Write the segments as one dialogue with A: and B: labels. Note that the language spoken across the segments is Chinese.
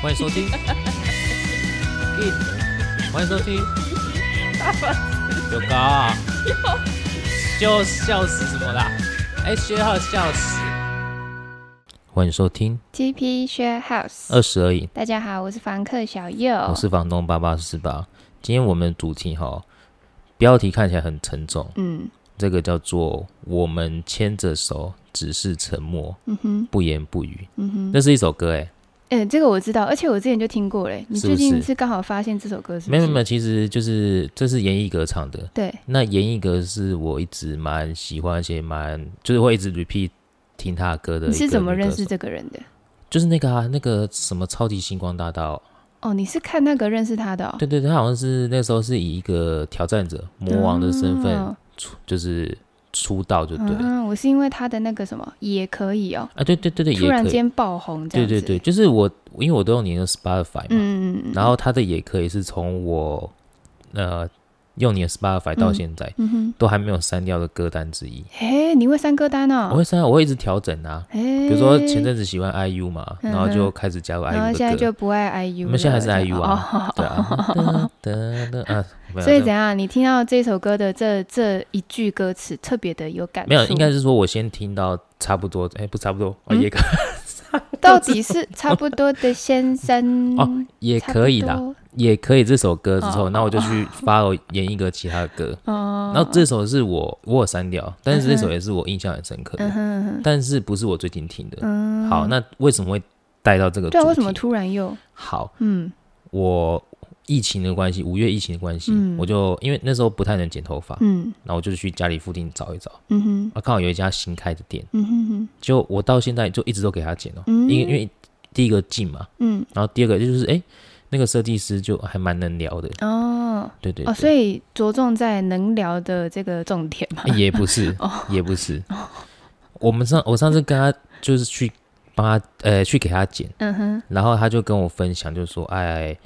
A: 欢迎收 听。欢迎收听。有高啊！就笑死什么啦？哎，学号笑死。欢迎收听
B: TP Share House。
A: 二十而已，
B: 大家好，我是房客小右。
A: 呃我是房东八八四八。今天我们的主题哈，标题看起来很沉重，
B: 嗯
A: 这个叫做“我们牵着手，只是沉默，
B: 嗯哼
A: 不言不语
B: 嗯”。哼，
A: 这是一首歌哎，
B: 哎、这个我知道，而且我之前就听过嘞。你
A: 是不
B: 最近
A: 是
B: 是刚好发现这首歌是不
A: 没
B: 是？
A: 有没有，其实就是这是严艺格唱的。
B: 对，
A: 那严艺格是我一直蛮喜欢，而且蛮就是会一直 repeat 听他的歌的一
B: 你
A: 个
B: 是怎么
A: 女歌
B: 认识
A: 手？
B: 这个人的？
A: 就是那个啊，那个什么超级星光大道，
B: 哦，你是看那个认识他的、哦？
A: 对对对，他好像是那时候是以一个挑战者魔王的身份、
B: 哦
A: 出，就是出道就对了。
B: 嗯，我是因为他的那个什么也可以哦，
A: 啊，对对对对，
B: 突
A: 也
B: 然
A: 可以。
B: 间爆红这
A: 对
B: 样子。
A: 对对，就是我，因为我都用你的 Spotify 嘛，
B: 嗯，嗯嗯嗯，
A: 然后他的也可以是从我呃用你的 Spotify 到
B: 嗯
A: 现在、
B: 嗯哼，
A: 都还没有删掉的歌单之一。
B: 哎、你会删歌单
A: 我
B: 哦？
A: 会删，我会一直调整啊。
B: 哎、
A: 比如说前阵子喜欢 IU 嘛，
B: 嗯哼
A: 然后就开始加入
B: 然后
A: IU
B: 现在
A: 的歌，
B: 就不爱 IU，
A: 我们现在还是
B: 了这样
A: IU 啊
B: 哦
A: 对 啊，哒哒哒啊，没有
B: 所以
A: 这
B: 怎样？你听到这首歌的这这一句歌词，特别的有感触。
A: 没有，应该是说我先听到差不多，哎，不差不多，哦
B: 嗯
A: 也可
B: 到底是差不多的先 生
A: 哦也
B: 差不
A: 可以啦，
B: 多
A: 也可以这首歌之后，
B: 哦
A: 那我就去 follow 演一个其他的歌，
B: 哦。
A: 然后这首是我我有删掉，但是这
B: 嗯哼
A: 首也是我印象很深刻
B: 嗯
A: 的，
B: 哼嗯哼
A: 但是不是我最近听的。
B: 嗯，
A: 好，那为什么会带到这个
B: 对啊，
A: 主
B: 为什么
A: 题
B: 突然又
A: 好，
B: 嗯
A: 我疫情的关系，五月疫情的关系，
B: 嗯
A: 我就因为那时候不太能剪头发，
B: 嗯
A: 然后我就去家里附近找一找，
B: 嗯哼
A: 啊，刚好有一家新开的店，
B: 嗯哼哼
A: 就我到现在就一直都给他剪哦，
B: 嗯
A: 因为因为第一个近嘛，
B: 嗯
A: 然后第二个就是哎、那个设计师就还蛮能聊的，
B: 哦
A: 对对对，
B: 哦，所以着重在能聊的这个重点嘛。
A: 哎也不是，
B: 哦
A: 也不是，我们上我上次跟他就是去帮他呃去给他剪，
B: 嗯哼
A: 然后他就跟我分享，就说哎。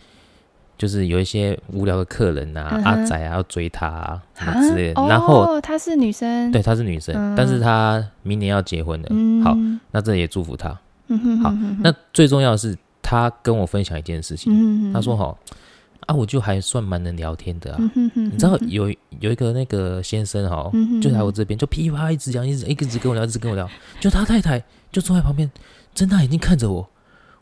A: 就是有一些无聊的客人呐、
B: 嗯哼
A: 阿仔啊要追他啊什么
B: 啊
A: 之类的，
B: 哦
A: 然后
B: 她是女生，
A: 对，她是女生，但是她明年要结婚了。
B: 嗯，
A: 好，
B: 嗯
A: 那这也祝福她。
B: 哼嗯哼
A: 好
B: 哼哼
A: 那最重要的是，她跟我分享一件事情，
B: 嗯
A: 她说哈，啊，我就还算蛮能聊天的啊。
B: 嗯哼哼
A: 你知道有有一个那个先生哈，
B: 嗯
A: 就来我这边就噼啪一直讲，一直一直跟我聊，一直跟我聊，就他太太就坐在旁边，睁大眼睛看着我，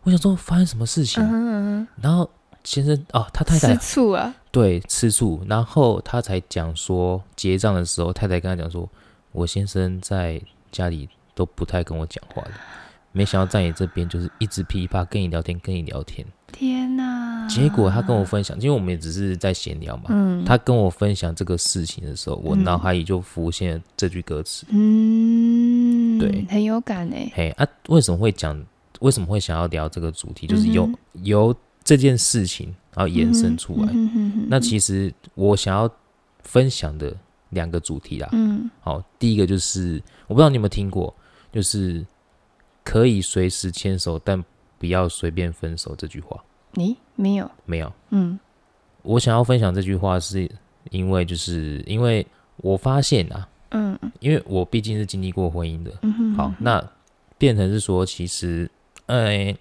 A: 我想说发生什么事情，
B: 嗯哼嗯
A: 然后先生哦，他
B: 哼
A: 太
B: 吃
A: 太
B: 醋啊，
A: 对，吃醋，然后他才讲说结账的时候，太太跟他讲说，我先生在家里都不太跟我讲话的，没想到在你这边就是一直噼啪跟你聊天，跟你聊天。
B: 天哪！
A: 结果他跟我分享，因为我们也只是在闲聊嘛，
B: 啊嗯
A: 他跟我分享这个事情的时候，我
B: 嗯
A: 脑海里就浮现了这句歌词。
B: 嗯，
A: 对
B: 很有感哎、
A: 嘿啊，为什么会讲？为什么会想要聊这个主题？就是由、
B: 嗯
A: 由这件事情然后延伸出来。
B: 嗯哼嗯哼嗯哼
A: 那其实我想要分享的两个主题啦，
B: 嗯
A: 好，第一个就是我不知道你有没有听过，就是可以随时牵手，但不要随便分手这句话。
B: 你没有
A: 没有，
B: 嗯
A: 我想要分享这句话，是因为就是因为我发现啊，
B: 嗯嗯
A: 因为我毕竟是经历过婚姻的，
B: 嗯哼
A: 好，那变成是说，其实，哎，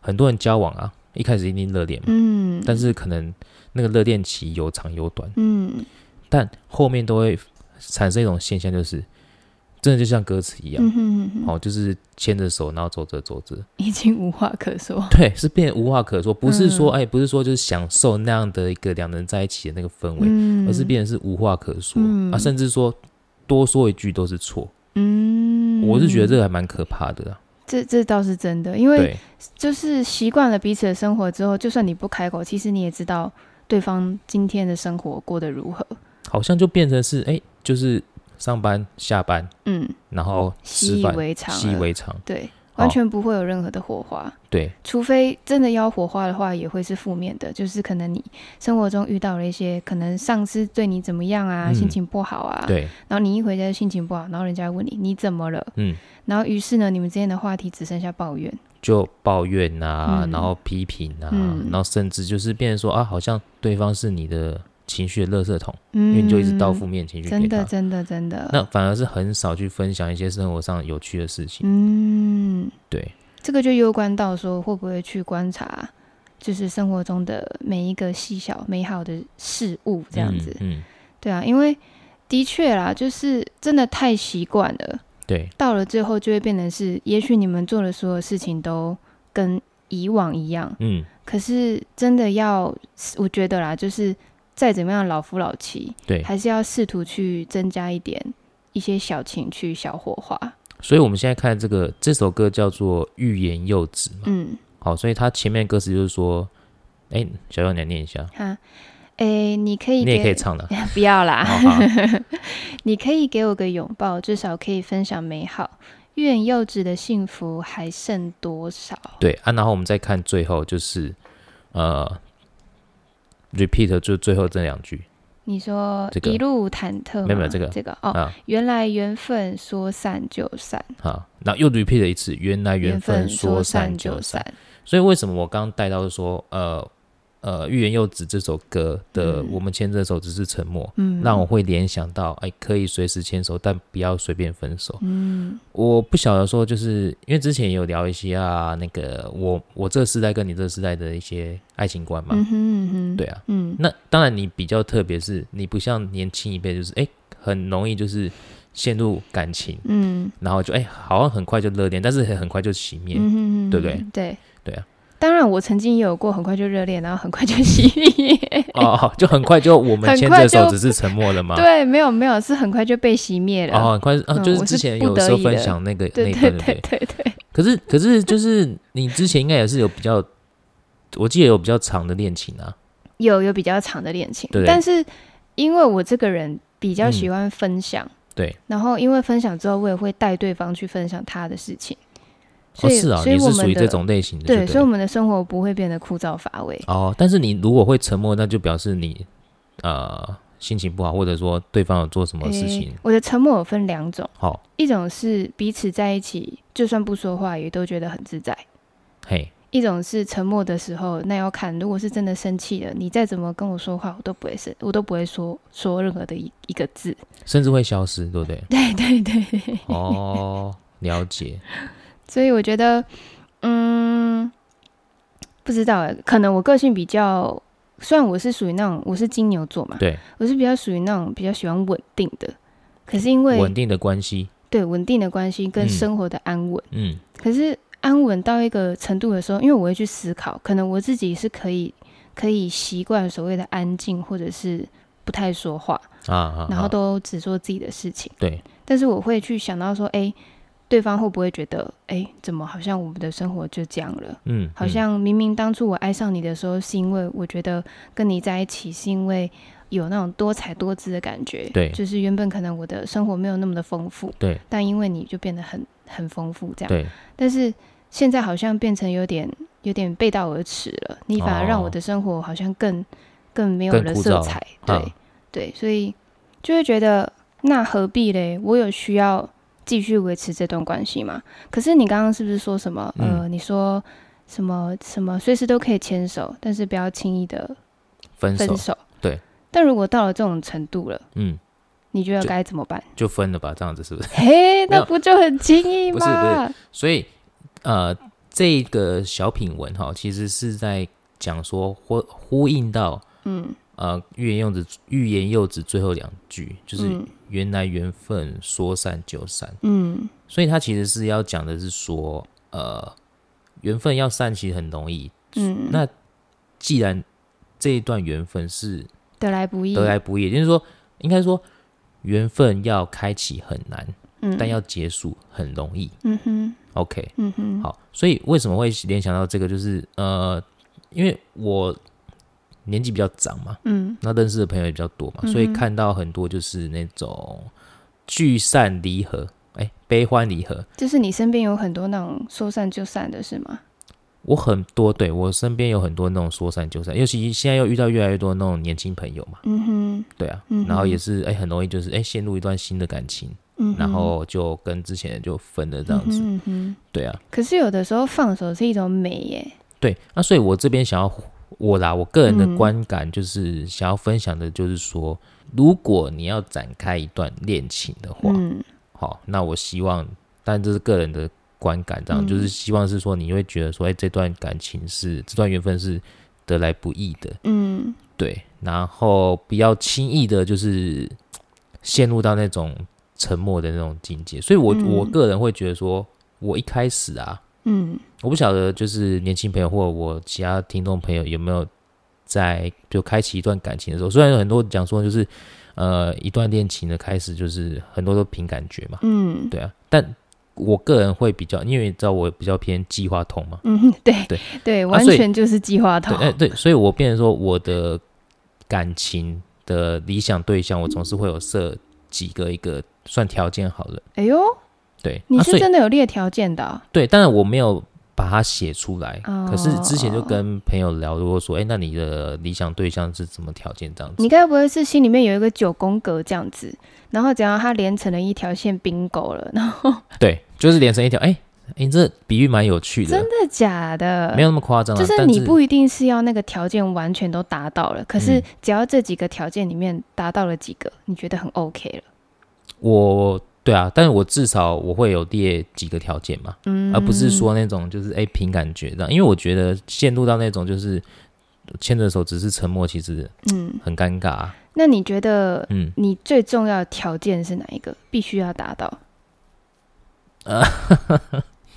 A: 很多人交往啊，一开始一定热恋嘛，
B: 嗯，
A: 但是可能那个热恋期有长有短，
B: 嗯
A: 但后面都会产生一种现象，就是真的就像歌词一样
B: 嗯，哼嗯哼
A: 哦，就是牵着手，然后走着走着，
B: 已经无话可说，
A: 对，是变得无话可说，不是说
B: 嗯
A: 哎、不是说就是享受那样的一个两人在一起的那个氛围，
B: 嗯，
A: 而是变得是无话可说、
B: 嗯
A: 啊，甚至说多说一句都是错，
B: 嗯，
A: 我是觉得这个还蛮可怕的啦。
B: 这这倒是真的，因为
A: 对，
B: 就是习惯了彼此的生活之后，就算你不开口，其实你也知道对方今天的生活过得如何，
A: 好像就变成是哎、就是上班下班，
B: 嗯，
A: 然后
B: 习
A: 吃
B: 以
A: 饭，
B: 为常了，
A: 习以为常，
B: 对，
A: 好
B: 完全不会有任何的火花。
A: 对，
B: 除非真的要火化的话，也会是负面的，就是可能你生活中遇到了一些可能上司对你怎么样啊，
A: 嗯
B: 心情不好啊，
A: 对，
B: 然后你一回家就心情不好，然后人家问你你怎么了，
A: 嗯，
B: 然后于是呢，你们之间的话题只剩下抱怨，
A: 就抱怨啊，
B: 嗯
A: 然后批评啊，
B: 嗯
A: 然后甚至就是变成说啊，好像对方是你的情绪的垃圾桶，
B: 嗯，
A: 因为你就一直倒负面情绪给
B: 真
A: 他
B: 的。真的真的，
A: 那反而是很少去分享一些生活上有趣的事情。
B: 嗯，
A: 对，
B: 这个就攸关到说会不会去观察就是生活中的每一个细小美好的事物，这样子。
A: 嗯，嗯
B: 对啊，因为的确啦，就是真的太习惯了，
A: 对，
B: 到了最后就会变成是，也许你们做的所有事情都跟以往一样，
A: 嗯，
B: 可是真的要，我觉得啦，就是再怎么样老夫老妻，
A: 对。
B: 还是要试图去增加一点一些小情趣、小火花。
A: 所以我们现在看这个这首歌叫做《欲言又止》嘛，
B: 嗯，
A: 好，所以它前面歌词就是说，哎，小妖你来念一下，
B: 哈，诶、你可以
A: 你
B: 给，
A: 也可以唱哦的。
B: 不要啦，
A: 好好
B: 你可以给我个拥抱，至少可以分享美好。欲言又止的幸福还剩多少？
A: 对啊，然后我们再看最后就是呃，repeat 就最后这两句
B: 你说、
A: 这个
B: 一路忐忑吗，
A: 没有没有这个
B: 这个哦，
A: 啊
B: 原来缘分说散就散，
A: 好，然后又 repeat 了一次，原来缘分说
B: 说
A: 散就
B: 就
A: 散。，所以为什么我刚刚带到说呃呃《欲言又止》这首歌的
B: 嗯
A: 我们牵着手只是沉默，
B: 嗯，
A: 让我会联想到哎可以随时牵手，但不要随便分手。
B: 嗯
A: 我不晓得说，就是因为之前也有聊一些啊，那个我我这个时代跟你这个时代的一些爱情观嘛，
B: 嗯哼嗯哼，
A: 对，啊。
B: 嗯
A: 那当然，你比较特别是，你不像年轻一辈，就是哎、很容易就是陷入感情，
B: 嗯，
A: 然后就哎、好像很快就热恋，但是很快就熄灭。
B: 嗯哼嗯
A: 对不对
B: 哼？对
A: 对啊。
B: 当然，我曾经也有过很快就热恋，然后很快就熄 灭。
A: 哦哦，就很快就我们牵
B: 很快
A: 着
B: 就
A: 手只是沉默了吗？。
B: 对，没有没有，是很快就被熄灭了。
A: 啊哦，很快啊，
B: 嗯
A: 就是
B: 我
A: 之
B: 是
A: 前
B: 不
A: 有
B: 得
A: 时候
B: 已
A: 分
B: 的
A: 享那个那
B: 对
A: 一段，对
B: 对
A: 不
B: 对
A: 对？
B: 对对，
A: 可是可是就是你之前应该也是有比较，我记得有比较长的恋情啊。
B: 有有比较长的恋情
A: 对，
B: 但是因为我这个人比较
A: 嗯
B: 喜欢分享，
A: 对，
B: 然后因为分享之后，我也会带对方去分享他的事情，
A: 哦，
B: 所以、
A: 是啊，
B: 所以
A: 你
B: 我
A: 是
B: 们
A: 属于
B: 的
A: 这种类型的，
B: 对，所以
A: 对
B: 我
A: 了。
B: 们的生活不会变得枯燥乏味。
A: 哦，但是你如果会沉默，那就表示你呃心情不好，或者说对方有做什么事
B: 诶
A: 情。
B: 我的沉默有分两种，
A: 好、
B: 一种是彼此在一起，就算不说话也都觉得很自在；
A: 嘿，
B: 一种是沉默的时候，那要看，如果是真的生气了，你再怎么跟我说话，我都不会生，我都不会说说任何的一一个字。？
A: 甚至会消失，对不对
B: 对对对。
A: 哦，了解。
B: 所以我觉得，嗯，不知道哎，可能我个性比较，虽然我是属于那种我是金牛座嘛，
A: 对，
B: 我是比较属于那种比较喜欢稳定的，可是因为
A: 稳定的关系，
B: 对稳定的关系跟
A: 嗯
B: 生活的安稳，
A: 嗯，
B: 可是安稳到一个程度的时候，因为我会去思考，可能我自己是可以可以习惯所谓的安静，或者是不太说话，
A: 啊啊，
B: 然后
A: 啊
B: 都只做自己的事情。
A: 对，
B: 但是我会去想到说，哎、对方会不会觉得，哎、怎么好像我们的生活就这样了？
A: 嗯，
B: 好
A: 嗯
B: 像明明当初我爱上你的时候，是因为我觉得跟你在一起是因为有那种多彩多姿的感觉，
A: 对
B: 就是原本可能我的生活没有那么的丰富，
A: 对，
B: 但因为你就变得很很丰富这样。
A: 嗯对，
B: 但是现在好像变成有点有点背道而驰了，你
A: 哦
B: 反而让我的生活好像更更没有
A: 更
B: 了
A: 枯
B: 色
A: 燥
B: 彩，对、
A: 啊
B: 对，所以就会觉得那何必嘞？我有需要继续维持这段关系吗？可是你刚刚是不是说什么？
A: 嗯
B: 呃，你说什么什么随时都可以牵手，但是不要轻易的
A: 分手
B: 分，手。
A: 对，
B: 但如果到了这种程度了，
A: 嗯，
B: 你觉得
A: 就
B: 该怎么办？
A: 就分了吧，这样子是不是？
B: 嘿，
A: 没
B: 那
A: 有
B: 不就很轻易
A: 不
B: 吗？
A: 是不所以呃，这个小品文哈，其实是在讲说呼呼应到
B: 嗯
A: 呃欲言又止，欲言又止最后两句，就是
B: 嗯
A: 原来缘分说散就散。
B: 嗯
A: 所以他其实是要讲的是说，呃，缘分要散其实很容易。
B: 嗯，
A: 那既然这一段缘分是
B: 得来不易，
A: 得来不易，也就是说，应该说缘分要开启很难，
B: 嗯，
A: 但要结束很容易。
B: 嗯哼，
A: OK，
B: 嗯哼，
A: 好，所以为什么会联想到这个？就是呃，因为我年纪比较长嘛，
B: 嗯
A: 那认识的朋友也比较多嘛，所以看到很多就是那种聚散离合，哎、悲欢离合。
B: 就是你身边有很多那种说散就散的是吗？
A: 我很多对我身边有很多那种说散就散，尤其现在又遇到越来越多那种年轻朋友嘛，
B: 嗯哼，
A: 对啊，
B: 嗯哼
A: 然后也是哎、很容易就是哎、陷入一段新的感情，
B: 嗯哼，
A: 然后就跟之前的就分了这样子，
B: 嗯哼嗯哼
A: 对啊，
B: 可是有的时候放手是一种美耶，
A: 对，那所以我这边想要我啦，我个人的
B: 嗯
A: 观感就是想要分享的就是说，如果你要展开一段恋情的话，
B: 嗯
A: 好，那我希望，但这是个人的观感，这样、
B: 嗯
A: 就是希望是说你会觉得说，哎、这段感情是这段缘分是得来不易的，
B: 嗯
A: 对，然后不要轻易的，就是陷入到那种沉默的那种境界。所以我，我、
B: 嗯
A: 个人会觉得说，我一开始啊，
B: 嗯
A: 我不晓得就是年轻朋友或者我其他听众朋友有没有在就开启一段感情的时候，虽然有很多讲说就是呃一段恋情的开始就是很多都凭感觉嘛，
B: 嗯
A: 对啊，但我个人会比较，因为你知道我比较偏计划通嘛，
B: 嗯，对
A: 对
B: 对，
A: 啊
B: 完
A: 所以
B: 全就是计划套
A: 对，。哎对，所以我变成说我的感情的理想对象，我总是会有设几个一个算条件好了，
B: 哎呦，
A: 对，
B: 你
A: 啊所
B: 是
A: 以
B: 真的有列条件的哦
A: 对，当然我没有把它写出来，
B: 哦
A: 可是之前就跟朋友聊过说，哎、那你的理想对象是什么条件这样子？
B: 你该不会是心里面有一个九宫格这样子，然后只要它连成了一条线，bingo 了，然后
A: 对，就是连成一条，哎、哎、你这比喻蛮有趣的
B: 真，的假的？
A: 没有那么夸张、啊，
B: 就是
A: 但
B: 你不一定是要那个条件完全都达到了，可是
A: 嗯
B: 只要这几个条件里面达到了几个，你觉得很 OK 了，
A: 我对啊，但是我至少我会有列几个条件嘛，
B: 嗯，
A: 而不是说那种就是哎凭感觉这样，因为我觉得陷入到那种就是牵着手只是沉默，其实
B: 嗯，
A: 很尴尬啊、
B: 那你觉得
A: 嗯，
B: 你最重要的条件是哪一个？必须要达到？哎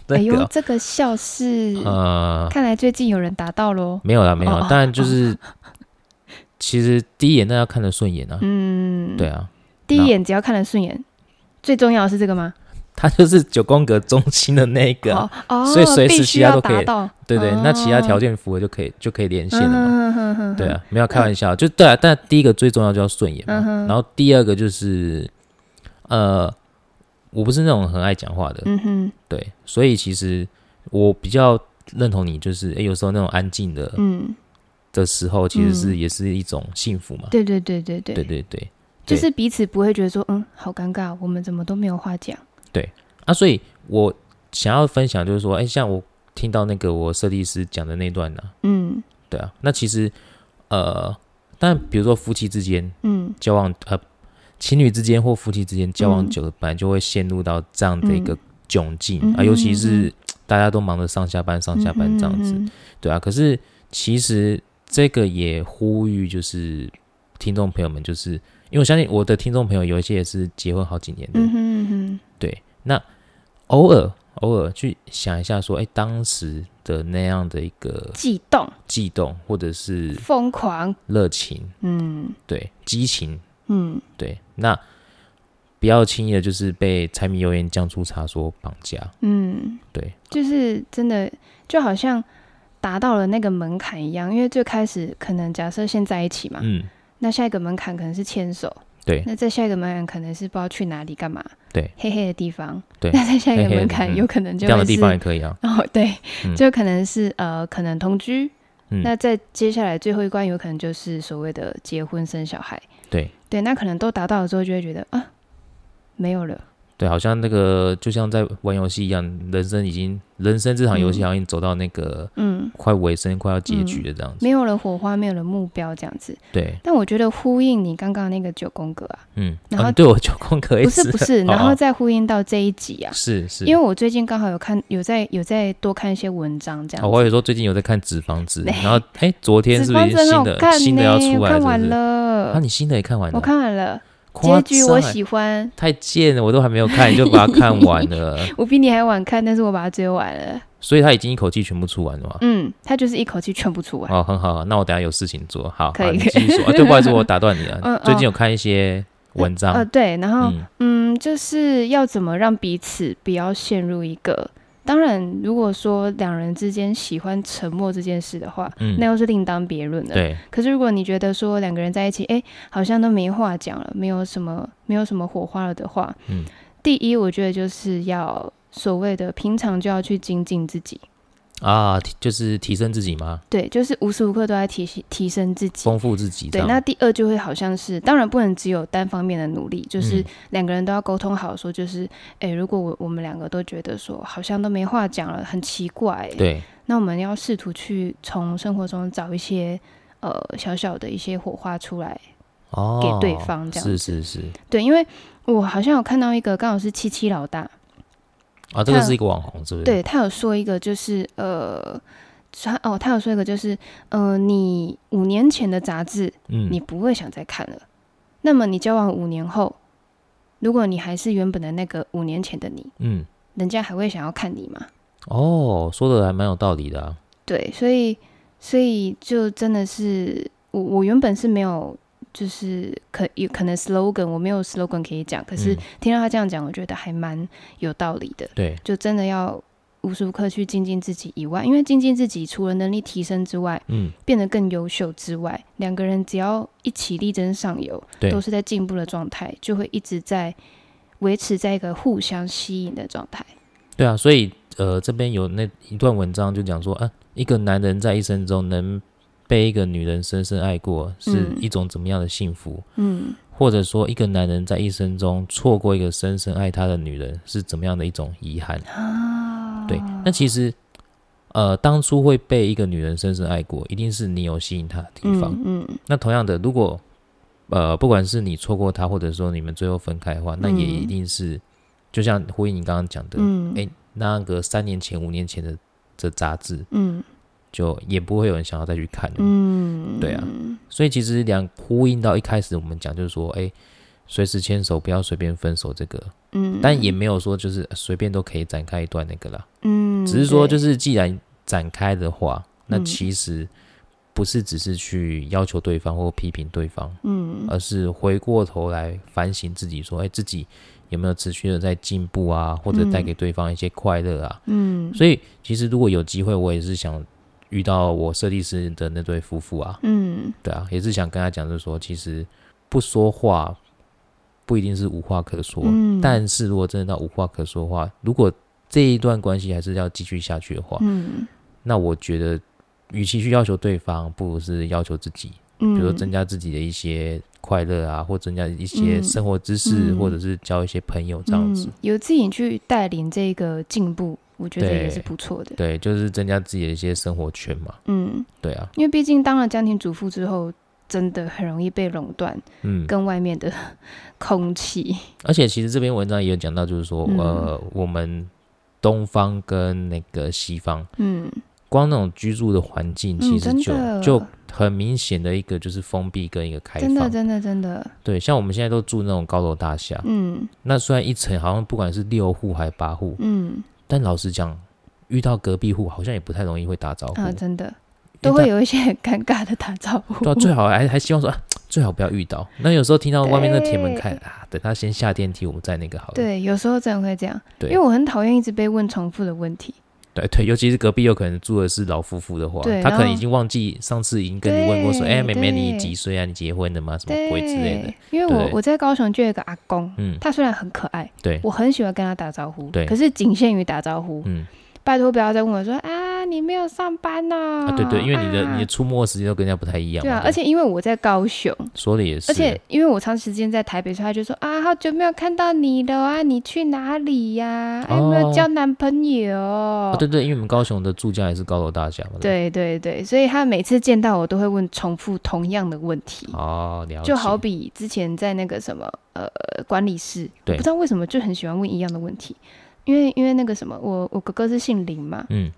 A: 那
B: 呦，
A: 个
B: 这个笑是，
A: 啊呃
B: 看来最近有人达到喽，
A: 没有啦，没有啦
B: 哦，
A: 当然就是其实第一眼大家看得顺眼啊，
B: 嗯，
A: 对，啊，
B: 第一眼只要看得顺眼，最重要的是这个吗？
A: 他就是九宫格中心的那一个啊，
B: 哦，哦
A: 所以随时
B: 必
A: 其
B: 须
A: 他
B: 要
A: 都可以
B: 达到，
A: 对对，那其他条
B: 哦
A: 件符合就可以就可以连线了嘛。
B: 嗯哼哼哼
A: 对，啊，没有开玩笑，就对啊。但第一个最重要就要顺眼嘛，
B: 嗯哼
A: 然后第二个就是，呃，我不是那种很爱讲话的，
B: 嗯哼，
A: 对，所以其实我比较认同你，就是诶有时候那种安静的、
B: 嗯，
A: 的时候，其实是、
B: 嗯
A: 也是一种幸福嘛。
B: 对对对对对
A: 对对对
B: 就是彼此不会觉得说，嗯，好尴尬，我们怎么都没有话讲。
A: 啊，所以我想要分享就是说，诶，像我听到那个我设计师讲的那段呢、
B: 嗯
A: 对啊，那其实呃，但比如说夫妻之间，
B: 嗯
A: 交往呃情侣之间或夫妻之间交往
B: 嗯
A: 久了，本来就会陷入到这样的一个窘境、
B: 嗯
A: 啊，尤其
B: 嗯
A: 是大家都忙着上下班、上下班这样子，
B: 嗯
A: 对啊。可是其实这个也呼吁就是听众朋友们，就是因为我相信我的听众朋友有一些也是结婚好几年的，
B: 嗯哼嗯
A: 对，那偶尔偶尔去想一下说，哎，当时的那样的一个
B: 哼，悸动、
A: 悸动或者是
B: 疯狂，
A: 热情，
B: 嗯
A: 对激情，
B: 嗯
A: 对，那不要轻易的，就是被柴米油盐酱醋茶所绑架。
B: 嗯，
A: 对，
B: 就是真的，就好像达到了那个门槛一样。因为最开始可能假设先在一起嘛，
A: 嗯，
B: 那下一个门槛可能是牵手，
A: 对
B: 那再下一个门槛可能是不知道去哪里干嘛，
A: 对，
B: 黑黑的地方，
A: 对
B: 那再下一个
A: 黑黑的
B: 门槛
A: 嗯
B: 有可能
A: 这
B: 就
A: 样的
B: 会
A: 地
B: 是
A: 方也可以啊。
B: 哦，对，
A: 嗯
B: 就可能是呃，可能同居。
A: 嗯
B: 那在接下来最后一关，有可能就是所谓的结婚生小孩。
A: 对
B: 对，那可能都达到了之后，就会觉得啊，没有了。
A: 对，好像那个就像在玩游戏一样，人生已经人生这场游戏
B: 嗯
A: 好像已经走到那个
B: 嗯，
A: 快尾声、快要结局的这样子。
B: 没有了火花，没有了目标，这样子。
A: 对，
B: 但我觉得呼应你刚刚那个九宫格啊，
A: 嗯，
B: 然
A: 啊、
B: 后
A: 你对我九宫格一
B: 不是
A: 直
B: 不 是，
A: 哦
B: 然后
A: 哦
B: 再呼应到这一集啊，
A: 是是，
B: 因为我最近刚好有看，有在有在多看一些文章这样
A: 哦
B: 子。
A: 我有时候最近有在看《脂肪子》，
B: 对
A: 然后哎，昨天
B: 纸
A: 是不是
B: 房子很
A: 新
B: 好
A: 的
B: 看
A: 新的
B: 呢，
A: 要出
B: 我
A: 来？
B: 看
A: 是不
B: 完
A: 是啊，
B: 了，
A: 你新的也看完了？
B: 我看完了，
A: 夸
B: 结局我
A: 张欸
B: 喜欢，
A: 太贱了，我都还没有看，你就把它 看完了。
B: 我比你还晚看，但是我把它追完了。
A: 所以他已经一口气全部出完了嘛？
B: 嗯，他就是一口气全部出完。
A: 哦，很好，那我等下有事情做。好，
B: 可以
A: 好你
B: 可以
A: 继续说。啊，对，不好意 思，我打断你了。
B: 嗯
A: 最近有看一些文章，
B: 呃，对，然后
A: 嗯
B: 嗯就是要怎么让彼此不要陷入一个，当然，如果说两人之间喜欢沉默这件事的话，那
A: 嗯，
B: 又是另当别论了。
A: 对，
B: 可是如果你觉得说两个人在一起，哎，好像都没话讲了，没有什么没有什么火花了的话，
A: 嗯
B: 第一，我觉得就是要所谓的平常就要去精进自己，
A: 啊，提就是提升自己嘛，
B: 对，就是无时无刻都在提提升自己。
A: 丰富自己这
B: 对，
A: 样。
B: 那第二就会好像是，当然不能只有单方面的努力，就是
A: 嗯
B: 两个人都要沟通好，说就是，哎、如果我我们两个都觉得说好像都没话讲了，很奇怪、欸，
A: 对，
B: 那我们要试图去从生活中找一些呃小小的一些火花出来，
A: 哦，
B: 给对方这样
A: 是是是，
B: 对，因为我好像有看到一个刚好是七七老大，
A: 啊，这个是一个网红，是不是？
B: 对他有说一个，就是呃，他哦，他有说一个，就是呃，你五年前的杂志
A: 嗯，
B: 你不会想再看了，那么你交往五年后，如果你还是原本的那个五年前的你，
A: 嗯，
B: 人家还会想要看你吗？
A: 哦，说的还蛮有道理的啊。
B: 对，所以所以就真的是我我原本是没有。就是可有可能 slogan 我没有 slogan 可以讲，可是
A: 嗯
B: 听到他这样讲，我觉得还蛮有道理的。
A: 对，
B: 就真的要无时无刻去精进自己以外，因为精进自己除了能力提升之外，
A: 嗯，
B: 变得更优秀之外，两个人只要一起力争上游，
A: 对
B: 都是在进步的状态，就会一直在维持在一个互相吸引的状态。
A: 对啊，所以呃，这边有那一段文章就讲说，啊，一个男人在一生中能被一个女人深深爱过，是
B: 嗯
A: 一种怎么样的幸福？
B: 嗯，
A: 或者说，一个男人在一生中错过一个深深爱他的女人，是怎么样的一种遗憾？
B: 啊，
A: 对，那其实，呃，当初会被一个女人深深爱过，一定是你有吸引她的地方。
B: 嗯嗯
A: 那同样的，如果呃，不管是你错过她，或者说你们最后分开的话，那也一
B: 嗯
A: 定是，就像呼应你刚刚讲的，
B: 嗯，
A: 哎那个三年前、五年前的这杂志，
B: 嗯
A: 就也不会有人想要再去看了。
B: 嗯，
A: 对啊，所以其实两呼应到一开始我们讲，就是说，哎、随时牵手，不要随便分手。这个，
B: 嗯，
A: 但也没有说就是随便都可以展开一段那个啦。
B: 嗯，
A: 只是说，就是是既然展开的话，那
B: 嗯
A: 其实不是只是去要求对方或批评对方，
B: 嗯
A: 而是回过头来反省自己，说，哎、自己有没有持续的在进步啊，或者带
B: 嗯
A: 给对方一些快乐啊。
B: 嗯，
A: 所以其实如果有机会，我也是想遇到我设计师的那对夫妇啊，
B: 嗯
A: 对啊，也是想跟他讲，就是说其实不说话不一定是无话可说，
B: 嗯
A: 但是如果真的到无话可说的话，如果这一段关系还是要继续下去的话，
B: 嗯
A: 那我觉得与其去要求对方，不如是要求自己，比
B: 嗯，
A: 如说增加自己的一些。快乐啊，或增加一些
B: 嗯
A: 生活知识，
B: 嗯
A: 或者是交一些朋友这样子，
B: 嗯，有自己去带领这个进步，我觉得
A: 对
B: 也是不错的。
A: 对，就是增加自己的一些生活圈嘛，
B: 嗯，
A: 对啊，
B: 因为毕竟当了家庭主妇之后，真的很容易被垄断
A: 嗯，
B: 跟外面的 空气。
A: 而且其实这篇文章也有讲到，就是说，
B: 嗯
A: 呃，我们东方跟那个西方，
B: 嗯
A: 光那种居住的环境，其
B: 嗯，
A: 实
B: 真
A: 就、
B: 的
A: 就很明显的一个就是封闭跟一个开
B: 真的
A: 放。啊
B: 真的真的，
A: 对，像我们现在都住那种高楼大厦，
B: 嗯
A: 那虽然一层好像不管是六户还八户，
B: 嗯
A: 但老实讲，遇到隔壁户好像也不太容易会打招呼，
B: 啊，真的
A: 遇
B: 都
A: 到
B: 会有一些 很尴尬的打招呼。
A: 对啊、最好还还希望说、啊，最好不要遇到。那有时候听到外面那铁门开
B: 对
A: 啊，等他先下电梯，我们再那个好了。
B: 对，有时候真的会这样，
A: 对
B: 因为我很讨厌一直被问重复的问题。
A: 对对，尤其是隔壁有可能住的是老夫妇的话
B: 对，
A: 他可能
B: 然
A: 已
B: 后
A: 经忘记上次已经跟你问过说，
B: 对
A: 哎，妹妹你
B: 对
A: 几岁啊？你结婚了吗？什么鬼之类的
B: 对。，因为我
A: 对
B: 我在高雄就有一个阿公，
A: 嗯，
B: 他虽然很可爱，
A: 对
B: 我很喜欢跟他打招呼，
A: 对
B: 可是仅限于打招呼，
A: 嗯
B: 拜托不要再问我说啊，你没有上班呢、
A: 啊，对对，因为你的
B: 啊
A: 你的出没时间都跟人家不太一样
B: 对
A: 嘛。
B: 啊，而且因为我在高雄，
A: 说的也是，
B: 而且因为我长时间在台北，所以他就说啊，好久没有看到你了啊，你去哪里呀、还有没有
A: 哦
B: 交男朋友？
A: 啊，对对，因为我们高雄的住家也是高楼大厦嘛。吧。
B: 对对对，所以他每次见到我都会问重复同样的问题。
A: 哦，了解。
B: 就好比之前在那个什么呃管理室，
A: 对
B: 不知道为什么就很喜欢问一样的问题，因为因为那个什么，我我哥哥是姓林嘛，
A: 嗯，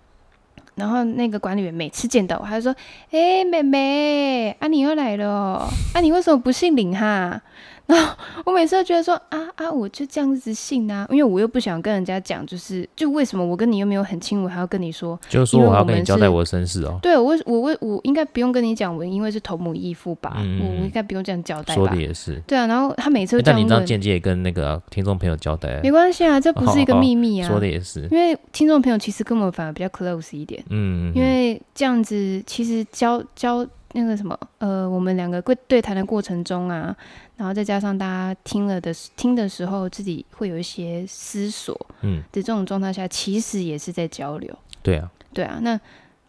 B: 然后那个管理员每次见到我，他就说：“哎、妹妹，啊你又来 了哦，啊你为什么不姓林哈？”然后我每次都觉得说：“啊啊，我就这样子姓啊，因为我又不想跟人家讲，就是就为什么我跟你又没有很亲，我还要跟你说，
A: 就是说
B: 因为
A: 我还要
B: 我
A: 跟你
B: 们
A: 交代
B: 是
A: 我的身世哦，
B: 对我为我为我应该不用跟你讲，我因为是同母异父吧，
A: 嗯嗯
B: 我我
A: 嗯
B: 应该不用这样交代
A: 说
B: 吧
A: 的？也是。
B: 对啊，然后他每次都
A: 哎
B: 这
A: 但你
B: 样
A: 这样
B: 问，
A: 间接也跟那个啊听众朋友交代啊，
B: 没关系啊，这不是一个
A: 好好好
B: 秘密啊，
A: 说的也是，
B: 因为听众朋友其实跟我们反而比较 close 一点。”
A: 嗯，嗯嗯
B: 因为这样子其实交交那个什么，呃，我们两个对对谈的过程中啊，然后再加上大家听了的听的时候，自己会有一些思索
A: 嗯，
B: 的这种状态下，其实也是在交流，
A: 对啊，
B: 对啊，那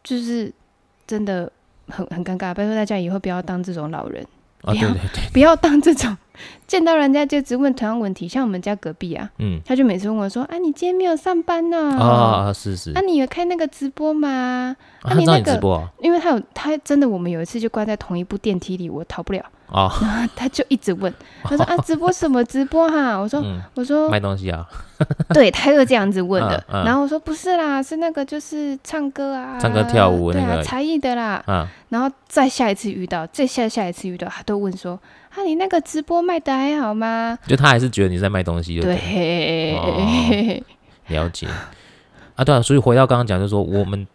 B: 就是真的很很尴尬，拜托大家以后不要当这种老人，
A: 啊，对
B: 不要
A: 对对，
B: 不要当这种 见到人家就只问同样问题，像我们家隔壁啊，
A: 嗯，
B: 他就每次问我说啊，你今天没有上班呢、
A: 啊，啊是是，
B: 哦啊，
A: 啊
B: 你有开那个直播吗？
A: 他
B: 你
A: 知道
B: 那
A: 你直
B: 个
A: 播啊，
B: 因为他有他真的，我们有一次就关在同一部电梯里，我逃不了。
A: 哦，
B: 他就一直 问，他说啊，直播什么直播哈、我说
A: 嗯，
B: 我说
A: 卖东西啊，
B: 对，他又这样子问的。
A: 嗯嗯
B: 然后我说不是啦，是那个就是唱歌啊，
A: 唱歌跳舞
B: 对
A: 那
B: 啊，
A: 个
B: 才艺的啦。
A: 啊，
B: 然后再下一次遇到，再下下一次遇到，他都问说啊，你那个直播卖的还好吗？
A: 就他还是觉得你在卖东西，就对了，哦
B: 对，
A: 了解啊，对啊，所以回到刚刚讲，就是说我们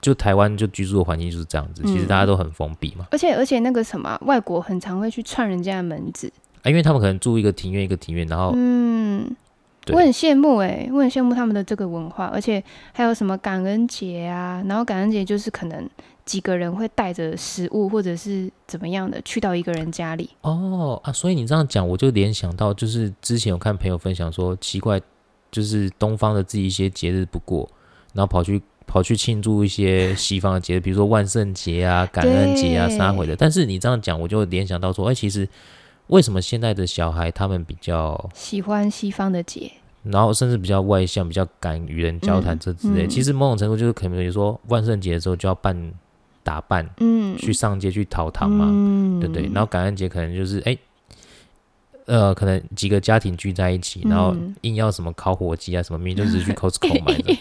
A: 就台湾就居住的环境就是这样子，其实
B: 嗯
A: 大家都很封闭嘛，
B: 而且而且那个什么啊，外国很常会去串人家的门子。
A: 啊，因为他们可能住一个庭院一个庭院，然后
B: 嗯，
A: 对
B: 我很羡慕哎、我很羡慕他们的这个文化，而且还有什么感恩节啊，然后感恩节就是可能几个人会带着食物或者是怎么样的去到一个人家里，
A: 哦啊，所以你这样讲，我就联想到，就是之前有看朋友分享说，奇怪，就是东方的自己一些节日不过，然后跑去跑去庆祝一 些西方的节日，比如说万圣节啊、感恩节啊、
B: 对
A: 杀回的。但是你这样讲，我就联想到说，哎、其实为什么现在的小孩他们比较，
B: 喜欢西方的节，
A: 然后甚至比较外向，比较敢与人交谈
B: 嗯
A: 这之类，
B: 嗯
A: 其实某种程度就是可能比如说万圣节的时候就要扮打扮，
B: 嗯，
A: 去上街去讨糖嘛。
B: 嗯
A: 对不对？然后感恩节可能就是哎、呃，可能几个家庭聚在一起，然后
B: 嗯
A: 硬要什么烤火鸡啊什么，明明就只是 去 Costco 买的，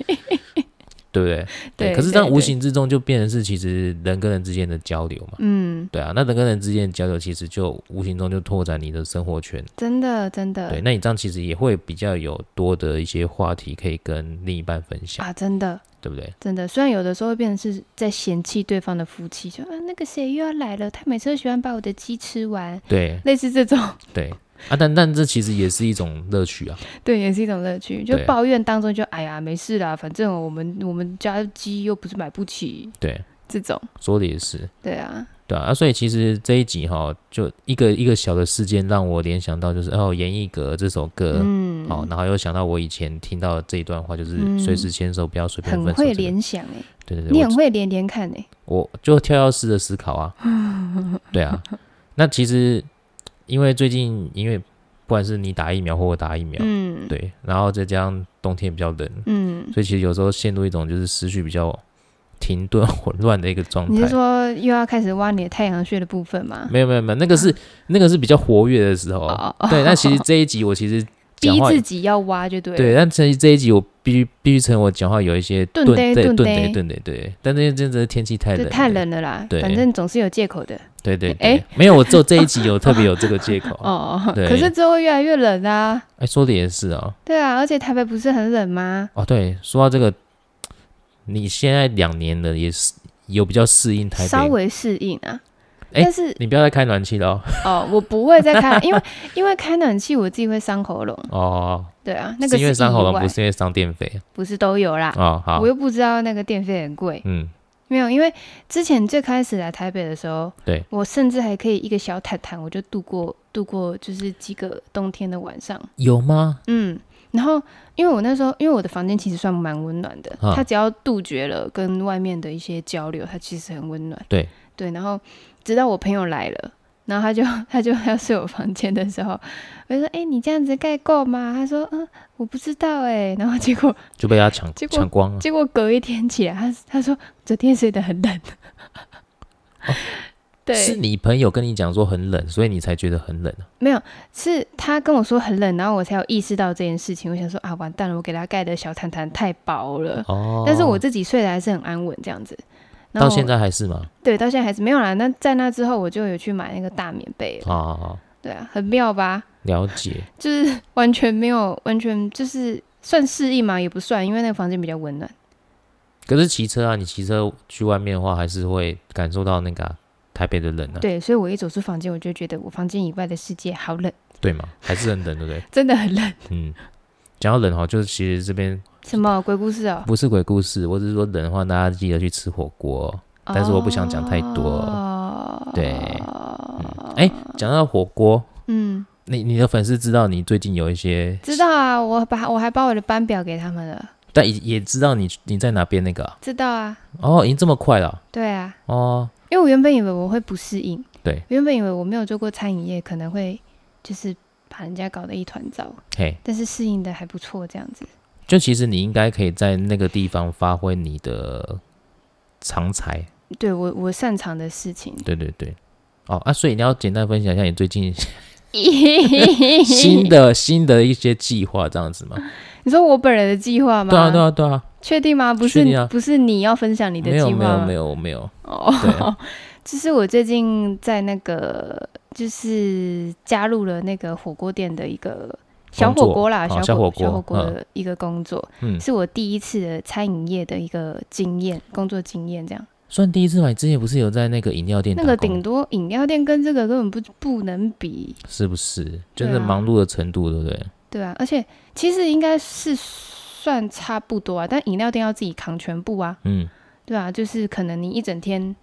A: 对不对？
B: 对
A: 可是这样
B: 对
A: 无
B: 对
A: 形之中就变成是其实人跟人之间的交流嘛。
B: 嗯，
A: 对啊，那人跟人之间的交流，其实就无形中就拓展你的生活圈。
B: 真的真
A: 对，
B: 的
A: 那你这样其实也会比较有多的一些话题可以跟另一半分享，
B: 啊，真的
A: 对不对？
B: 真的，虽然有的时候会变成是在嫌弃对方的夫妻，就啊那个谁又要来了，他每次都喜欢把我的鸡吃完，
A: 对
B: 类似这种。
A: 对啊，但但这其实也是一种乐趣啊。
B: 对，也是一种乐趣。就
A: 对啊
B: 抱怨当中就，哎呀，没事啦，反正我们我们家鸡又不是买不起，
A: 对，
B: 这种，
A: 说的也是。
B: 对啊，
A: 对啊，啊所以其实这一集哈，就一个一个小的事件让我联想到，就是哦，严艺格这首歌，
B: 嗯，
A: 呃好、然后又想到我以前听到的这一段话，就是
B: 嗯
A: 随时牵手，不要随便分
B: 很
A: 手、
B: 会
A: 这个
B: 联想哎、
A: 对对
B: 你
A: 对，
B: 很会连连看哎、
A: 我我就跳跃式的思考 啊，对啊，那其实因为最近因为不管是你打疫苗或我打疫苗，
B: 嗯，，
A: 对，然后再加上冬天比较冷，
B: 嗯，
A: 所以其实有时候陷入一种就是思绪比较停顿 混乱的一个状态。
B: 你是说又要开始挖你的太阳穴的部分吗？
A: 没有没有没有，那个是那个是比较活跃的时候，啊
B: 哦，
A: 对，那其实这一集我其实讲
B: 逼
A: 话
B: 自己要挖就对了。
A: 对，但其实这一集我必须必须承认我讲话有一些
B: 顿
A: 顿
B: 呆
A: 对
B: 顿
A: 顿
B: 呆
A: 呆顿呆对，但那真的是天气太冷
B: 对，
A: 了，
B: 太冷了啦，
A: 对
B: 反正总是有借口的
A: 对对对，
B: 哎
A: 没有，我只有这一集有特别有这个借口哎、
B: 哦。
A: 对
B: 可是之后越来越冷啊，
A: 说的也是啊，
B: 对啊，而且台北不是很冷吗？
A: 哦对，说到这个，你现在两年了，也是有比较适应台
B: 稍
A: 北，
B: 微适应啊，
A: 哎
B: 但是
A: 你不要再开暖气了哦，
B: 哦，我不会再开，因为 因为开暖气我自己会伤喉咙。
A: 哦，
B: 对啊，那个
A: 是因为
B: 是
A: 伤喉
B: 意
A: 咙，
B: 外
A: 不是因为伤电费
B: 不是都有啦。
A: 哦，好
B: 我，又不知道那个电费很贵，
A: 嗯，
B: 没有，因为之前最开始来台北的时候，
A: 对
B: 我甚至还可以一个小毯毯，我就度过度过就是几个冬天的晚上，
A: 有吗？
B: 嗯，然后因为我那时候因为我的房间其实算蛮温暖的，
A: 啊
B: 它只要杜绝了跟外面的一些交流，它其实很温暖，
A: 对
B: 对，然后直到我朋友来了。然后他就 他就要睡我房间的时候，我就说：“哎、你这样子盖够吗？”他说：“嗯，我不知道哎、然后结果
A: 就被他抢
B: 结果
A: 抢光了。
B: 结果隔一天起来， 他他说昨天睡得 很冷。
A: 是哦
B: 对，
A: 你朋友跟你讲说很冷，所以你才觉得很冷啊。
B: 没有，是他跟我说很冷，然后我才有意识到这件事情。我想说啊，完蛋了，我给他盖的小毯毯太薄了，
A: 哦，
B: 但是我自己睡得还是很安稳这样子。然
A: 到
B: 后
A: 现在还是吗？
B: 对，到现在还是没有啦。那在那之后，我就有去买那个大棉被了。
A: 啊，
B: 对啊，很妙吧？
A: 了解，
B: 就是 完全没有，完全就是算适应嘛，也不算，因为那个房间比较温暖。
A: 可是骑车啊，你骑车去外面的话，还是会感受到那个啊、台北的冷啊，
B: 对，所以我一走出房间，我就觉得我房间以外的世界好冷，
A: 对吗？还是很冷，对不 对？
B: 真的很冷。
A: 嗯，讲到冷哈，就是其实这边
B: 什么鬼故事哦？
A: 不是鬼故事，我只是说冷的话，大家记得去吃火锅哦。但是我不想讲太多
B: 哦、
A: 对哎、讲到火锅，
B: 嗯，
A: 你你的粉丝知道你最近有一些，
B: 知道啊，我把我还把我的班表给他们了，
A: 但也也知道你你在哪边那个啊、
B: 知道啊，
A: 哦，已经这么快了
B: 对啊，
A: 哦，
B: 因为我原本以为我会不适应，
A: 对，
B: 我原本以为我没有做过餐饮业，可能会就是把人家搞得一团糟，
A: 嘿，
B: 但是适应的还不错，这样子。
A: 就其实你应该可以在那个地方发挥你的长才，
B: 对我我擅长的事情，
A: 对对对，哦啊，所以你要简单分享一下你最近新的新的一些计划，这样子 吗？
B: 你说我本人的计划吗？
A: 对啊，对啊，对啊，
B: 确定吗？不
A: 确
B: 是、
A: 定啊
B: 不是你要分享你的
A: 没
B: 计
A: 有
B: 划
A: 没
B: 吗？
A: 有没有没有，啊
B: 哦， 就是我最近在那个，就是加入了那个火锅店的一个小火锅啦，
A: 工作
B: 小
A: 哦
B: 小
A: 小
B: 火
A: 火锅
B: 锅的一个工作，
A: 嗯，
B: 是我第一次的餐饮业的一个经验，工作经验这样。
A: 算第一次吧。你之前不是有在那个饮料店
B: 那
A: 打
B: 个
A: 工，
B: 顶多饮料店跟这个根本不不能比，
A: 是不是？
B: 对
A: 就
B: 啊
A: 是忙碌的程度，对不对？
B: 对啊，而且其实应该是算差不多啊，但饮料店要自己扛全部啊，
A: 嗯，
B: 对啊，就是可能你一整天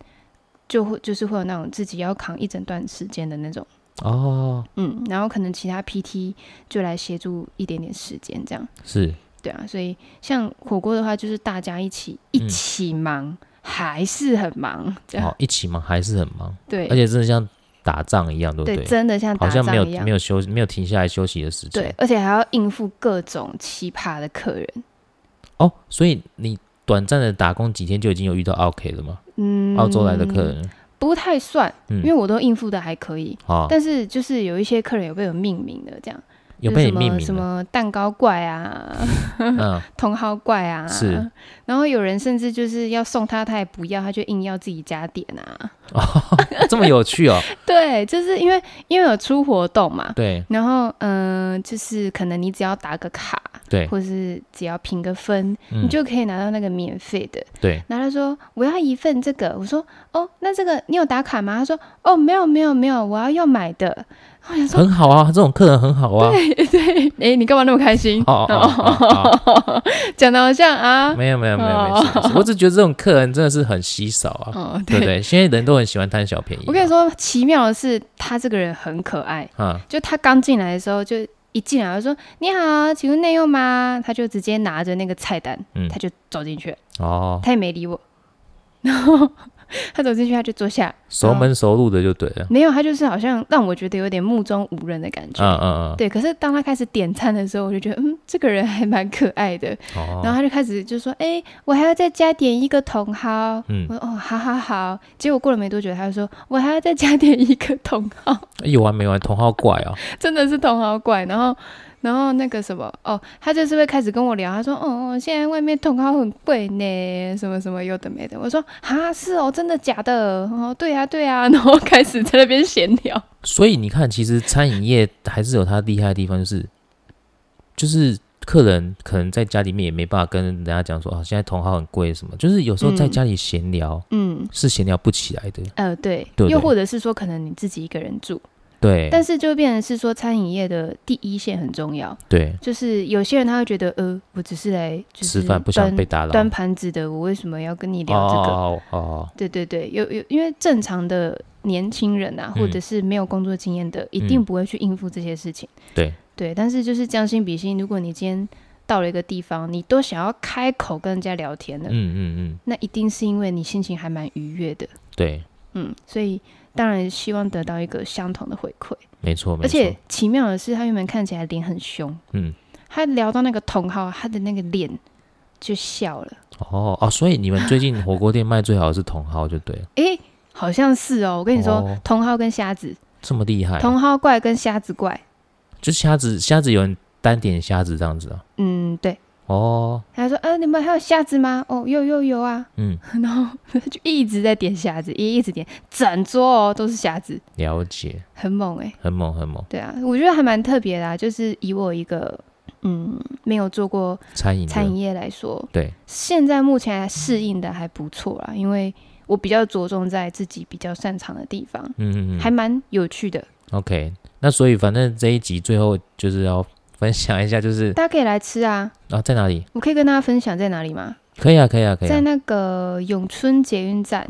B: 就会就是会有那种自己要扛一整段时间的那种。
A: 哦，
B: 嗯，然后可能其他 PT 就来协助一点点时间，这样
A: 是
B: 对啊。所以像火锅的话，就是大家一起一
A: 嗯
B: 起忙，还是很忙，这样、
A: 哦，一起忙还是很忙，
B: 啊对
A: 而且真的像打仗一样，对不
B: 对真的像
A: 好
B: 打
A: 像没有
B: 仗一样
A: 没，有休没有停下来休息的时间。
B: 对，而且还要应付各种奇葩的客人。
A: 哦，所以你短暂的打工几天就已经有遇到 OK 了吗？
B: 嗯，
A: 澳洲来的客人，
B: 不太算，
A: 嗯
B: 因为我都应付的还可以。
A: 啊，
B: 但是就是有一些客人有被我命名的，这样
A: 有
B: 就
A: 被
B: 什
A: 你
B: 么
A: 命名
B: 什
A: 了，
B: 么蛋糕怪 啊，
A: 嗯，
B: 茼蒿怪啊，
A: 是。
B: 然后有人甚至就是要送他，他也不要，他就硬要自己加点啊。
A: 这么有趣哦，
B: 对，就是因为因为有出活动嘛，
A: 对
B: 然后嗯、呃就是可能你只要打个卡，
A: 对，
B: 或是只要评个分，
A: 嗯
B: 你就可以拿到那个免费的。
A: 对，
B: 然后他说我要一份这个，我说哦，那这个你有打卡吗？他说哦，没有没有没有，我要要买的。我想说，
A: 很好啊，这种客人很好啊，
B: 哎，你干嘛那么开心？
A: 哦哦哦
B: 讲的好像啊，
A: 没有没有没有没事没事，我只觉得这种客人真的是很稀少 啊，
B: 哦，
A: 对不对？现在人都很喜欢贪小便宜啊，
B: 我跟你说，奇妙的是他这个人很可爱。
A: 啊，
B: 就他刚进来的时候，就一进来我就说：“你好，请问内用吗？”他就直接拿着那个菜单，
A: 嗯
B: 他就走进去了，
A: 哦，
B: 他也没理我。然后他走进去，他就坐下，
A: 熟门熟路的就对了，
B: 没有，他就是好像让我觉得有点目中无人的感觉。
A: 嗯嗯
B: 对，可是当他开始点餐的时候，我就觉得，嗯，这个人还蛮可爱的。
A: 嗯，哦，
B: 然后他就开始就说：“哎、我还要再加点一个茼蒿。”
A: 嗯
B: 我，说：“哦，好好好。”结果过了没多久，他就说：“我还要再加点一个茼蒿。”
A: 有哎完没完，同好怪哦，
B: 真的是同好怪。然后，然后那个什么，哦，他就是会开始跟我聊，他说，哦，现在外面同好很贵呢，什么什么有的没的。我说，啊，是哦，真的假的？哦，对啊，对啊。 然后开始在那边闲聊，
A: 所以你看，其实餐饮业还是有它厉害的地方，就是就是客人可能在家里面也没办法跟人家讲说啊，现在茼蒿很贵什么，就是有时候在
B: 嗯
A: 家里闲聊、
B: 嗯，
A: 是闲聊不起来的，
B: 呃，对，
A: 对不
B: 又
A: 对
B: 或者是说，可能你自己一个人住，
A: 对，
B: 但是就变成是说，餐饮业的第一线很重要。
A: 对，
B: 就是有些人他会觉得，呃，我只是来就是
A: 吃饭不想
B: 端
A: 被打扰，
B: 端盘子的，我为什么要跟你聊这个？
A: 哦哦哦，
B: 对对对，有有，因为正常的年轻人啊，
A: 嗯
B: 或者是没有工作经验的，一定
A: 嗯
B: 不会去应付这些事情。
A: 对
B: 对，但是就是将心比心，如果你今天到了一个地方，你都想要开口跟人家聊天了，
A: 嗯嗯嗯，
B: 那一定是因为你心情还蛮愉悦的。
A: 对，
B: 嗯，所以当然希望得到一个相同的回馈。
A: 没错没
B: 而且
A: 错，
B: 奇妙的是，他原本看起来脸很凶，
A: 嗯，
B: 他聊到那个同号，他的那个脸就笑了。
A: 哦哦，所以你们最近火锅店卖最好的是茼蒿，就对了，
B: 诶，好像是哦，我跟你说
A: 哦，
B: 同号跟瞎子，
A: 这么厉害，
B: 同号怪跟瞎子怪。
A: 就虾子虾子有人单点虾子这样子啊，
B: 嗯，对。
A: 哦，
B: 他说：“呃，你们还有虾子吗？哦，有有有啊。
A: 嗯，”
B: 然后他就一直在点虾子，一一直点，整桌哦都是虾子，
A: 了解，
B: 很猛哎、
A: 很猛很猛，
B: 对啊，我觉得还蛮特别的、啊，就是以我一个嗯没有做过
A: 餐饮的
B: 餐饮业来说，
A: 对，
B: 现在目前还适应的还不错啦，因为我比较着重在自己比较擅长的地方，
A: 嗯嗯嗯，
B: 还蛮有趣的。
A: OK，那所以反正这一集最后就是要分享一下，就是
B: 大家可以来吃啊，
A: 啊在哪里？
B: 我可以跟大家分享在哪里吗？
A: 可以啊，可以啊，可以
B: 在
A: 啊。
B: 那个永春捷运站。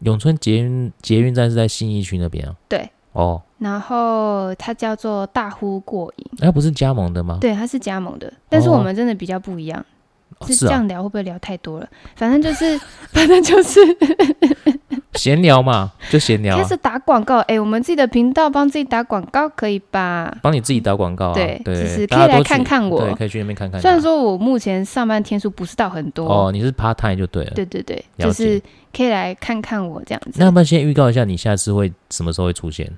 A: 永春捷运捷运站是在信义区那边啊。
B: 对。
A: 哦，
B: 然后它叫做大呼过瘾，
A: 那不是加盟的吗？
B: 对，它是加盟的，但是
A: 哦
B: 我们真的比较不一样。
A: 哦
B: 是
A: 是啊。
B: 这 样聊会不会聊太多了？反正就是，反正就是，
A: 闲聊嘛，就闲聊、啊
B: 开，始打广告，哎、我们自己的频道帮自己打广告可以吧？
A: 帮你自己打广告啊。
B: 对
A: 对，
B: 其实
A: 大
B: 可以
A: 家都
B: 来看
A: 去
B: 看我
A: 对，可以去那边看看。
B: 虽然说我目前上班天数不是到很多，
A: 啊哦，你是 part time 就对了。
B: 对对对，
A: 了
B: 就
A: 解
B: 是可以来看看我这样
A: 那要
B: 子。
A: 不然先预告一下，你下次会什么时候会出现？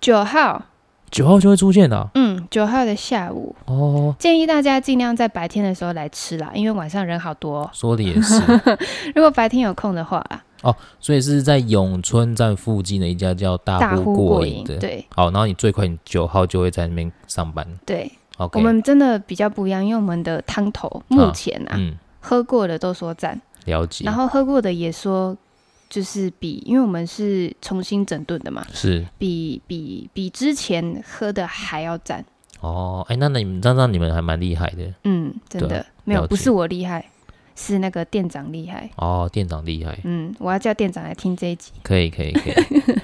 B: 九号，
A: 九号就会出现的啊、
B: 嗯，九号的下午，
A: 哦。
B: 建议大家尽量在白天的时候来吃啦，因为晚上人好多哦、
A: 说的也 是，
B: 如果白天有空的话啦，
A: 所以是在永春站附近的一家叫大
B: 大呼
A: 过
B: 瘾，
A: 的。
B: 对
A: 好，然后你最快你九号就会在那边上班。
B: 对，
A: OK，
B: 我们真的比较不一样，因为我们的汤头目前啊
A: 嗯
B: 喝过的都说赞，
A: 了解
B: 然，后喝过的也说。就是比，因为我们是重新整顿的嘛，
A: 是
B: 比比比之前喝的还要赞。
A: 哦。哎，那那你们这样你们还蛮厉害的
B: 嗯，真
A: 对
B: 的
A: 啊
B: 没
A: 了
B: 有，
A: 解
B: 不是我厉害，是那个店长厉害。
A: 哦，店长厉害，
B: 嗯，我要叫店长来听这一集。
A: 可以可以 可以，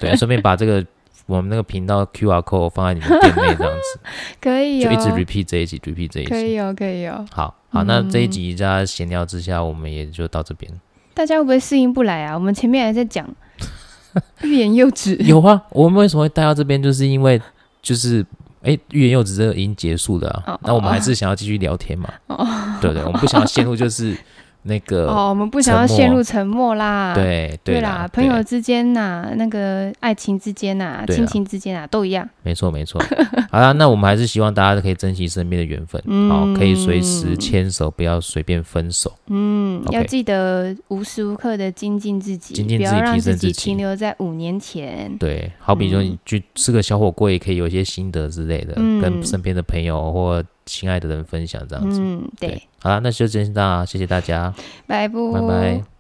A: 对，顺便把这个我们那个频道 QR code 放在你们店内这样 子，
B: 可以
A: 就一直
B: 哦，
A: repeat 这一集，repeat 这一
B: 可
A: 集。
B: 以哦，可以哦。
A: 好好，那这一
B: 嗯
A: 集在闲聊之下，我们也就到这边。
B: 大家会不会适应不来啊？我们前面还在讲欲言又止，
A: 有啊，我们为什么会带到这边，就是因为就是哎，欲言又止这个已经结束了啊
B: 哦，
A: 那我们
B: 哦
A: 还是想要继续聊天嘛，
B: 哦
A: 对不对？我们不想要陷入就是那个，
B: 哦，我们不想要
A: 呃沉默
B: 陷入沉默啦。
A: 对
B: 对
A: 啦
B: 啦，，朋友
A: 对
B: 之间呐、那个爱情之间呐、
A: 对啦
B: 亲情之间啊，都一样。
A: 没错没错。好啦，那我们还是希望大家可以珍惜身边的缘分，好，可以随时牵手，不要随便分手。
B: 嗯
A: OK
B: 要记得无时无刻的精进自己，
A: 精进
B: 不要
A: 自己
B: 让
A: 提升
B: 自
A: 自
B: 己
A: 己
B: 停留在五年前。
A: 对，好比说你
B: 嗯
A: 去吃个小火锅，也可以有一些心得之类的，
B: 嗯
A: 跟身边的朋友或亲爱的人分享这样子。
B: 嗯，对，
A: 好啦，那就先这样啊，谢谢大家，
B: 拜拜
A: 拜拜。